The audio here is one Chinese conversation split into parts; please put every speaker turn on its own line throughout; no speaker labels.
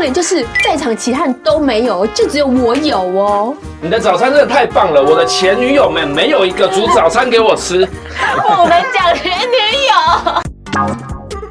点就是在场其他人都没有，就只有我有哦。
你的早餐真的太棒了，我的前女友们没有一个煮早餐给我吃。
我们讲前女友。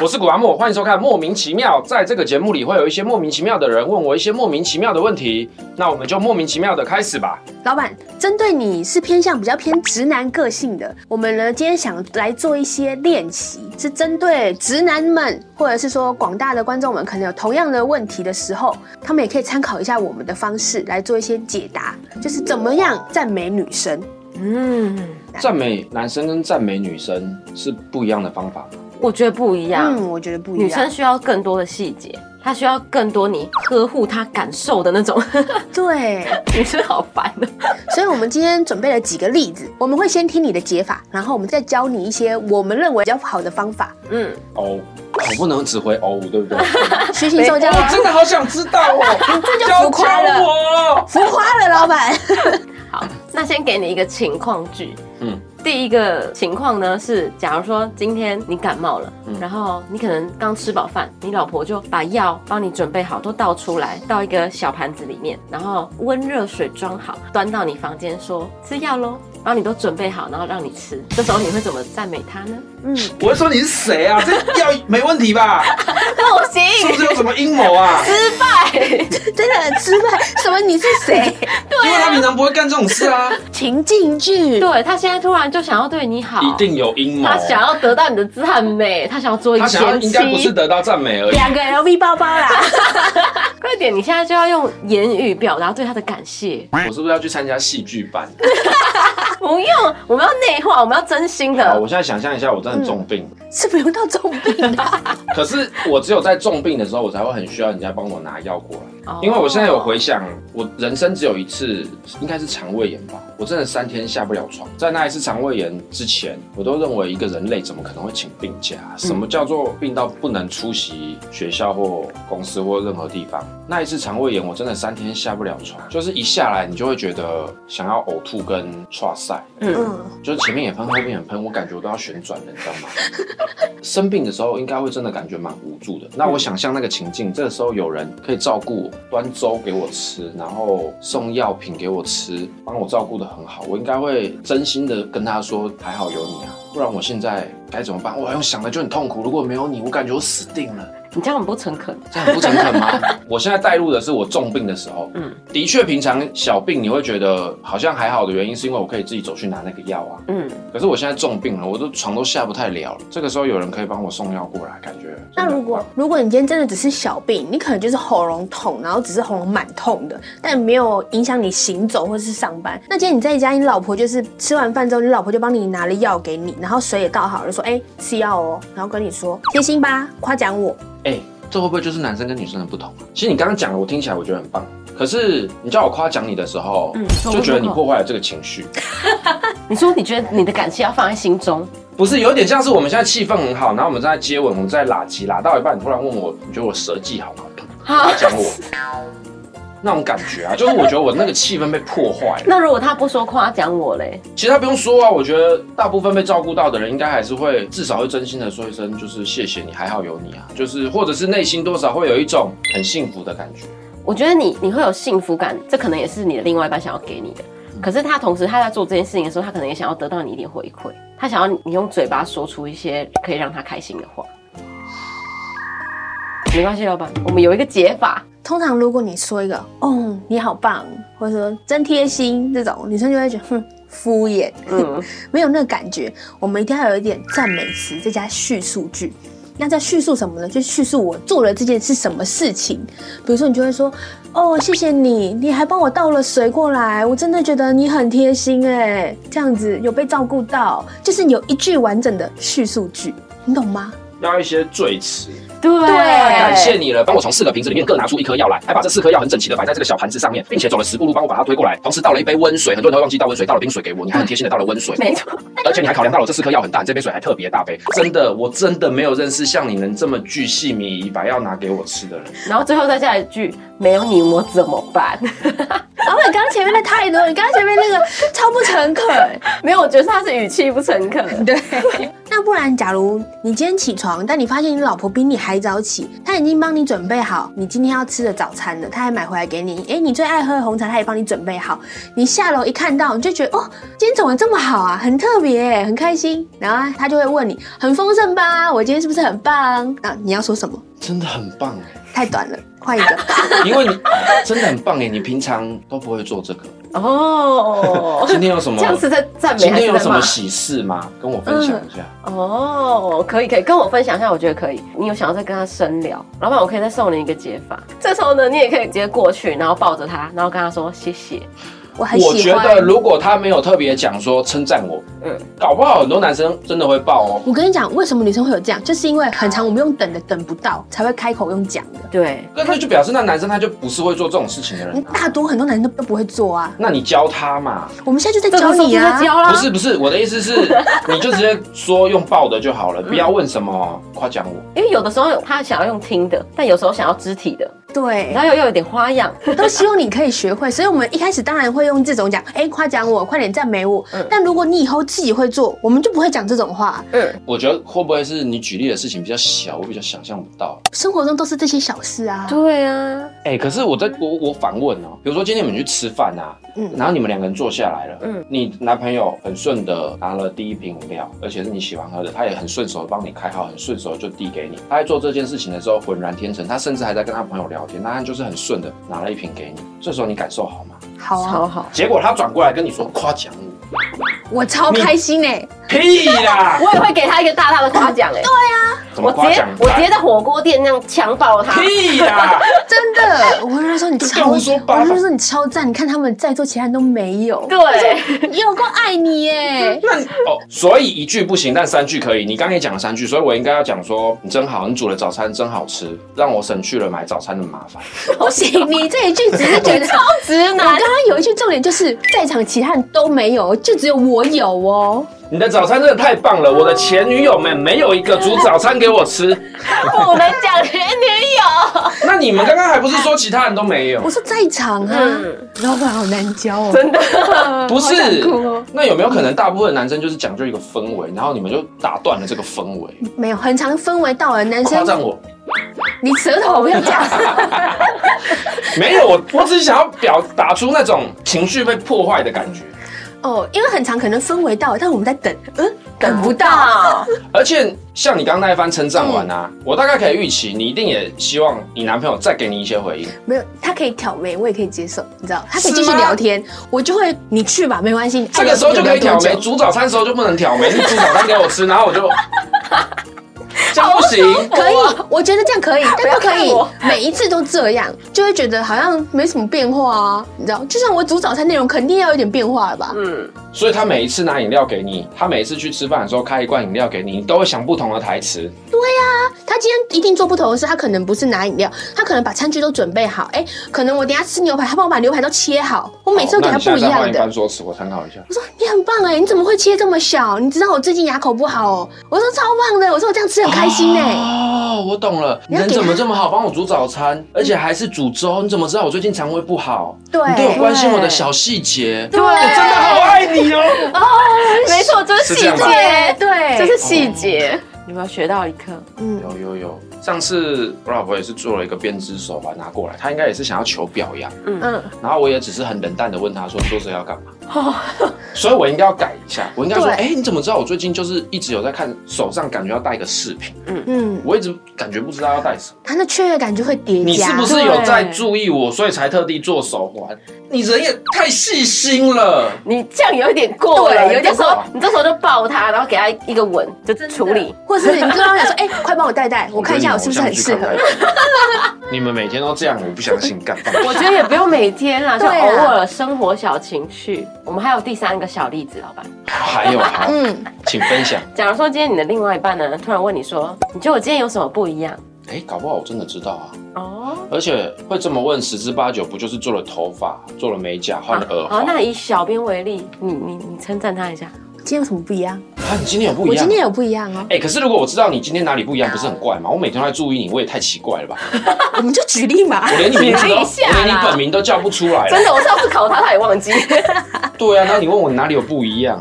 我是古阿莫，欢迎收看《莫名其妙》。在这个节目里，会有一些莫名其妙的人问我一些莫名其妙的问题，那我们就莫名其妙的开始吧。
老板，针对你是偏向比较偏直男个性的，我们呢今天想来做一些练习，是针对直男们，或者是说广大的观众们可能有同样的问题的时候，他们也可以参考一下我们的方式来做一些解答，就是怎么样赞美女生。
嗯，
赞美男生跟赞美女生是不一样的方法吗
我觉得不一样。
嗯，我觉得不一样。
啊女生需要更多的细节，她需要更多你呵护她感受的那种。
对，
女生好烦哦的、
所以我们今天准备了几个例子，我们会先听你的解法，然后我们再教你一些我们认为比较好的方 法。
嗯，
哦，我不能只回哦，对不对？我
虚心受教啊，
真的好想知道哦，
这 就
教
浮
教
夸了
我。
浮夸了，老板。
好，那先给你一个情况剧。
嗯，
第一个情况呢是，假如说今天你感冒了，
嗯
然后你可能刚吃饱饭，你老婆就把药帮你准备好，都倒出来，到一个小盘子里面，然后温热水装好，端到你房间说吃药喽，然后你都准备好，然后让你吃，这时候你会怎么赞美她呢？
嗯，
我会说你是谁啊？这药没问题吧？
不行，
是不是有什么阴谋啊？
失败。
真的很失败。什么？你是 谁？
因为他平常不会干这种事啊，
情境剧。
对他现在突然就想要对你好，
一定有阴谋
他。想要得到你的赞美， 他想要做一
他
个
想要
贤
应该不是
妻。
得到赞美而已。
两个 LV 包包啦，
快点，你现在就要用言语表达对他的感谢。
我是不是要去参加戏剧班？
不用，我们要内化，我们要真心
好，
的
我。现在想象一下，我真的重病，
是不用到重病的。
可是我只有在重病的时候，我才会很需要人家帮我拿药过来。
哦
因为我现在有回想，我人生只有一次，应该是肠胃炎吧。我真的三天下不了床。在那一次肠胃炎之前，我都认为一个人类怎么可能会请病假？什么叫做病到不能出席学校或公司或任何地方？那一次肠胃炎，我真的三天下不了床，就是一下来你就会觉得想要呕吐跟岔塞，
嗯，
嗯，
就是前面也喷，后面也喷，我感觉我都要旋转了，你知道吗？ 生病的时候应该会真的感觉蛮无助的。那我想象那个情境，这个时候有人可以照顾我，端粥给我吃，然后送药品给我吃，帮我照顾的很好，我应该会真心的跟他说，还好有你啊，不然我现在该怎么办？我用想的就很痛苦，如果没有你，我感觉我死定了。
你这样很不诚恳。
这很不诚恳吗？ 我现在带入的是我重病的时候，
嗯
嗯，的确，平常小病你会觉得好像还好的原因，是因为我可以自己走去拿那个药啊。
嗯，
可是我现在重病了，我都床都下不太了了。这个时候有人可以帮我送药过来，感觉
那
真的很
如果如果你今天真的只是小病，你可能就是喉咙痛，然后只是喉咙蛮痛的，但没有影响你行走或是上班。那今天你在家，你老婆就是吃完饭之后，你老婆就帮你拿了药给你，然后水也倒好了，就说哎、吃药哦，然后跟你说贴心吧，夸奖我，
棒哎、这会不会就是男生跟女生的不同啊？其实你刚刚讲的，我听起来我觉得很棒。可是你叫我夸奖你的时候，
嗯
就觉得你破坏了这个情绪，
你说你觉得你的感谢要放在心中，
不是有点像是我们现在气氛很好，然后我们正在接吻，我们在拉鸡拉到一半，你突然问我，你觉得我舌技好吗？夸奖我，那种感觉啊，就是我觉得我那个气氛被破坏了。
那如果他不说夸奖我嘞，
其实他不用说啊，我觉得大部分被照顾到的人，应该还是会至少会真心的说一声，就是谢谢你，还好有你啊，就是或者是内心多少会有一种很幸福的感觉。
我觉得你你会有幸福感，这可能也是你的另外一半想要给你的。可是他同时他在做这件事情的时候，他可能也想要得到你一点回馈，他想要你用嘴巴说出一些可以让他开心的话。没关系，老板，我们有一个解 法。
通常如果你说一个“哦，你好棒”或者说“真贴心”这种，女生就会觉得哼敷衍，
嗯，
没有那个感觉。我们一定要有一点赞美词，再加叙述句。那在叙述什么呢？就叙述我做了这件是什么事情。比如说，你就会说：“哦，谢谢你，你还帮我倒了水过来，我真的觉得你很贴心哎。”这样子有被照顾到，就是有一句完整的叙述句，你懂 吗？
要一些赘词，
对，
感谢你了，帮我从四个瓶子里面各拿出一颗药来，还把这四颗药很整齐的摆在这个小盘子上面，并且走了十步路帮我把它推过来，同时倒了一杯温水，很多人都会忘记倒温水，倒了冰水给我，你还很贴心的倒了温 水，
没错，
而且你还考量到了这四颗药很大，你这杯水还特别大杯，真的，我真的没有认识像你能这么巨细靡遗把药拿给我吃的人。
然后最后再下一句，没有你我怎么办？
老板哦刚前面的太多，你刚前面那个超不诚恳。
没有，我觉得他是语气不诚恳。
对，那不然，假如你今天起床，但你发现你老婆比你还早起，她已经帮你准备好你今天要吃的早餐了，她还买回来给你。哎，你最爱喝的红茶，她也帮你准备好。你下楼一看到，你就觉得哦，今天怎么这么好啊，很特别，很开心。然后她就会问你，很丰盛吧？我今天是不是很棒？啊，你要说什么？
真的很棒哎。
太短了，换一个。
因为你真的很棒哎，你平常都不会做 这个。
哦，
今天有什么
这？样是在赞美
今
还
天有
是在
什
骂嗯
么？喜事吗？跟我分享一下。
哦，可以可以，跟我分享一下，我觉得可以。你有想要再跟他深聊，老板，我可以再送你一个解法。这时候呢，你也可以直接过去，然后抱着他，然后跟他说谢谢。
我很
我
喜
觉
欢。
得如果他没有特别讲说称赞我，
嗯，
搞不好很多男生真的会爆哦。
我跟你讲，为什么女生会有这样，就是因为很长我们用等的等不到，才会开口用讲的。
对，
那那就表示那男生他就不是会做这种事情的人
嗯
啊、
大多很多男生都都不会做啊。
那你教他嘛？
我们现在就在教
这个时候
你
就
啊
在，教啦。
不是不是，我的意思 是，你就直接说用爆的就好
嗯
了，不要问什么夸奖我。
因为有的时候他想要用听的，但有时候想要肢体的，
对
然，后又又有点花样。
都希望你可以学会。所以我们一开始当然会用这种讲， 哎、夸奖我，快点赞美我。
嗯
但如果你以后自己会做，我们就不会讲这种话。
嗯，
我觉得会不会是你举例的事情比较小，我比较想象不到。
生活中都是这些小事啊。
对啊，
哎、可是我在我我反问哦，比如说今天你们去吃饭啊，
嗯
然后你们两个人坐下来了，
嗯
你男朋友很顺的拿了第一瓶饮料，而且是你喜欢喝的，他也很顺手地帮你开好，很顺手地就递给你。他在做这件事情的时候浑然天成，他甚至还在跟他朋友聊天，那他就是很顺的拿了一瓶给你，这时候你感受好吗？
好啊，
超好。
结果他转过来跟你说夸奖我，
我超开心哎、
屁啦，
我也会给他一个大大的夸 奖哎，
怎
我
么夸
直接
奖？
我直接在火锅店那样强暴他。
屁啦，
真的，我就说你
这
超，
胡说八道
我就说你超赞。你看他们在座其他人都没有，
对，
也有够爱你耶、
那你哦，所以一句不行，但三句可以。你刚刚也讲了三句，所以我应该要讲说你真好，你煮的早餐真好吃，让我省去了买早餐的麻烦。
不行，你这一句只是觉得超
直
我刚刚有一句重点就是在场其他人都没有，就只有我有哦。
你的早餐真的太棒了，我的前女友们没有一个煮早餐给 我吃。
不能讲前女友。
那你们刚刚还不是说其他人都没有
我？说在场啊，
嗯
老板好难教哦，
真的，
不
好想
是
哭哦，
那有没有可能大部分男生就是讲究一个氛围，然后你们就打断了这个氛围？
没有很长氛围到了，男
夸
生
赞我
你舌头不要 这样，
没有，我我只是想要表达出那种情绪被破坏的感觉。
哦，因为很长可能氛围到了，但我们在等，嗯，等不到，
到。
而且像你刚刚那一番称赞完啊，
嗯
我大概可以预期，你一定也希望你男朋友再给你一些回应。
没有，他可以挑眉，我也可以接受，你知道，他可以
是
继续
吗
聊天，我就会你去吧，没关系，哎你爱
这个时候就可以
聊
挑
多久
眉，煮早餐的时候就不能挑眉，你煮早餐给我吃，然后我就 这样不行。
可以，我觉得这样可以，但不可
不要看我
以每一次都这样，就会觉得好像没什么变化啊，你知道，就像我煮早餐内容肯定要有点变化了吧？
嗯，
所以他每一次拿饮料给你，他每一次去吃饭的时候开一罐饮料给你，你都会想不同的台词。
他今天一定做不同的事，他可能不是拿饮料，他可能把餐具都准备好。哎、可能我等一下吃牛排，他帮我把牛排都切好，我每次都给
好那
他
你现
不
在
一
再换
样
一
的
番。说辞，我参考一下。
我说你很棒哎、你怎么会切这么小？你知道我最近牙口不好哦。我说超棒的，我说我这样吃很开心哎、
哦，我懂了，
你
你
要
人
给
怎么
他
这么好，帮我煮早餐，而且还是煮粥？你怎么知道我最近肠胃不好？
对
你都有关心我的
对
小细节，
对，
我真的好爱你哦。
没错，这是
是这
细
样吧
节，
对
这是细节。哎有没有学到一课？
嗯，
有有有，上次我老婆也是做了一个编织手把拿过来，她应该也是想要求表扬，
嗯，
然后我也只是很冷淡的问她说做这个要干嘛， 所以我应该要改一下，我应该说，
嗯对
哎、你怎么知道我最近就是一直有在看手上，感觉要带一个饰品，
嗯，
我一直感觉不知道要带什么，
他那雀跃感就会叠加。
你是不是有在注意我，所以才特地做手环？你人也太细心了，
你这样有一点过了，
对
有点时
有
候
点过
你这时候就抱他，然后给他一个吻，就处理。
或是你跟他讲说，哎、快帮我戴戴，我看一下我是不是很适合
我。觉得你偶像剧看太 多。你们每天都这样，我不相信，干放屁
我觉得也不用每天啦，就
对啊
偶尔生活小情趣。我们还有第三个小例子，老板。
还有好，
嗯，
请分享。
假如说今天你的另外一半呢，突然问你说，你觉得我今天有什么不一样？
哎、搞不好我真的知道啊。
哦，
而且会这么问，十之八九不就是做了头发、做了美甲、换了耳
啊好，
环？
那以小编为例，你你你称赞他一下。
今天有什么不一样？
啊，你今天有不
我
一样
今？天有不一样哦，
哎、可是如果我知道你今天哪里不一样，不是很怪吗？我每天都在注意你，我也太奇怪了吧？
我们就举例 嘛。
我连你名字都，
等一下
我
啦
连你本名都叫不出来
真
了。
的，我上次考他，他也 忘记。
对啊，然后你问我哪里有不一样，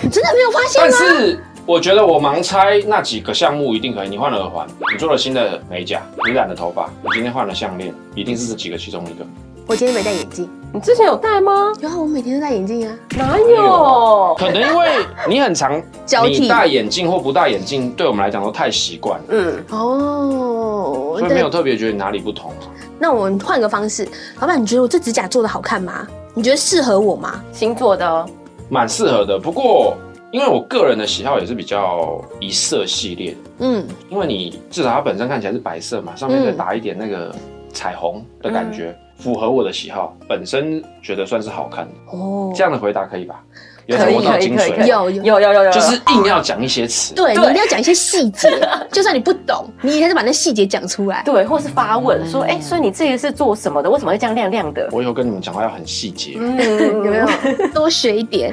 你真的没有发现
但
吗？
是我觉得我盲猜那几个项目一定可以。你换了耳环，你做了新的美甲，你染了头发，你今天换了项链，一定是这几个其中一个。
我今天没戴眼镜，
你之前有戴吗？
然后我每天都戴眼镜啊。
哪有？
可能因为你很常
交替
你戴眼镜或不戴眼镜，对我们来讲都太习惯了，
嗯，
哦，
所以
对
没有特别觉得哪里不同。啊
那我们换个方式，老板，你觉得我这指甲做的好看吗？你觉得适合我吗？
星座的哦。
蛮适合的。不过，因为我个人的喜好也是比较一色系列的，
嗯，
因为你至少它本身看起来是白色嘛，上面
嗯
再打一点那个彩虹的感觉，符合我的喜好，本身觉得算是好看的。
哦
这样的回答可以吧？有
哦可以
掌握到
可以
精
可以可
髓
以
吗，
有有
有有有有，
就是硬要讲一些词。
对你
对
一定要讲一些细 节，就算你不懂，你也还是把那细节讲出来。
对，或是发问说，哎、所以你这个是做什么的？为什么会这样亮亮的？
我以后跟你们讲话要很细节。
嗯，
有没有？ 多学一点？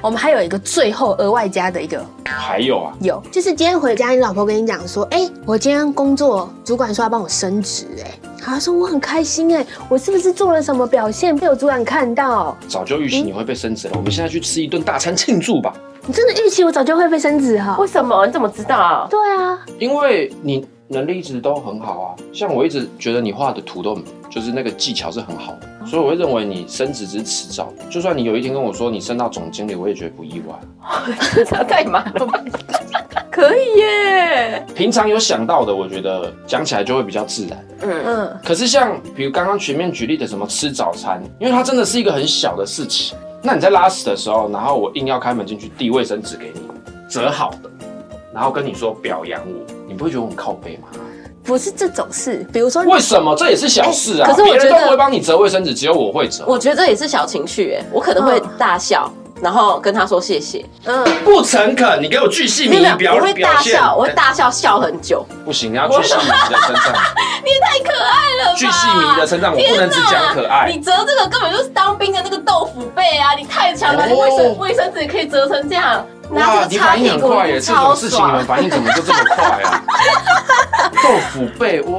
我们还有一个最后额外加的一个，
还有啊，
有，就是今天回家，你老婆跟你讲说，哎、我今天工作，主管说要帮我升职、哎，她说我很开心、哎，我是不是做了什么表现被我主管看到？
早就预
嗯
期你会被升职了，我们现在去吃一顿大餐庆祝吧。
你真的预期我早就会被升职哈？
为什么？你怎么知 道？
对啊，
因为你能力一直都很好啊，像我一直觉得你画的图都很就是那个技巧是很好的，所以我会认为你升职只是迟早的。就算你有一天跟我说你升到总经理，我也觉得不意外。
这太麻了吧？可以耶，
平常有想到的，我觉得讲起来就会比较自然。
嗯，
嗯，
可是像比如刚刚前面举例的什么吃早餐，因为它真的是一个很小的事情。那你在拉屎的时候，然后我硬要开门进去递卫生纸给你，折好的，然后跟你说表扬我，你不会觉得我很靠背吗？
不是这种事，比如说
为什么？这也是小事啊。
哎可是我
别人
觉
都
得
不会帮你折卫生纸，只有我会折。
我觉得这也是小情绪，哎，我可能会
嗯
大笑，然后跟他说谢谢，
嗯，
不诚恳，你给我巨细靡遗表
我会
表
大
现，
笑，我会大笑笑很久，
哎不行，你要巨细靡遗的称赞，
你也太可爱了吧！
巨细靡遗的称赞，我不能只讲可爱
你。折这个根本就是当兵的那个豆腐被啊！你太强了，
哦
你卫生卫生纸也可以折成这样，拿
哇，
这
你
个擦
反
屁
应很
股
快耶！这
超
种事情你
爽
们，反应怎么就这么快啊？ 豆腐被哇！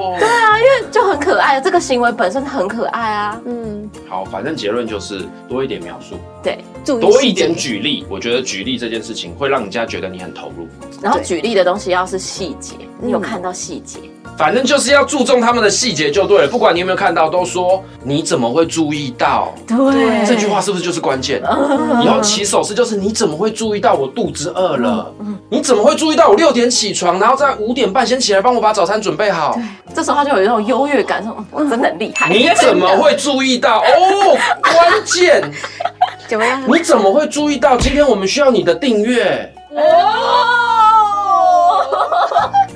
就很可爱。这个行为本身很可爱啊，
嗯，
好，反正结论就是多一点描述，
对。
注意
多
细
一
节
点举例。我觉得举例这件事情会让人家觉得你很投入。
然后
对
举例的东西要是细节，你有
嗯
看到细节？
反正就是要注重他们的细节就对了，不管你有没有看到，都说你怎么会注意到？
对
这句话是不是就是关键？
嗯
以后起手式就是你怎么会注意到我肚子饿了？
嗯
你怎么会注意到我六点起床，然后在五点半先起来帮我把早餐准备好？
这时候他就有一种优越感，说嗯我真的很厉害。
你怎么会注意到？哦，关键，
怎么样？
你怎么会注意到？今天我们需要你的订阅。
哦，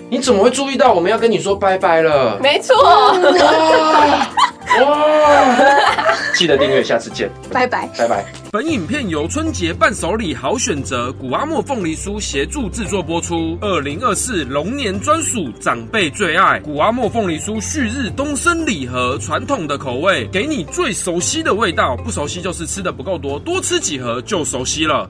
你怎么会注意到我们要跟你说拜拜了？
没错，
哇哇！记得订阅，下次见，
拜拜。
拜拜。本影片由春节伴手礼好选择古阿莫凤梨酥协助制作播出。二零二四龙年专属长辈最爱古阿莫凤梨酥，旭日东升礼盒，传统的口味，给你最熟悉的味道。不熟悉就是吃的不够多，多吃几盒就熟悉了。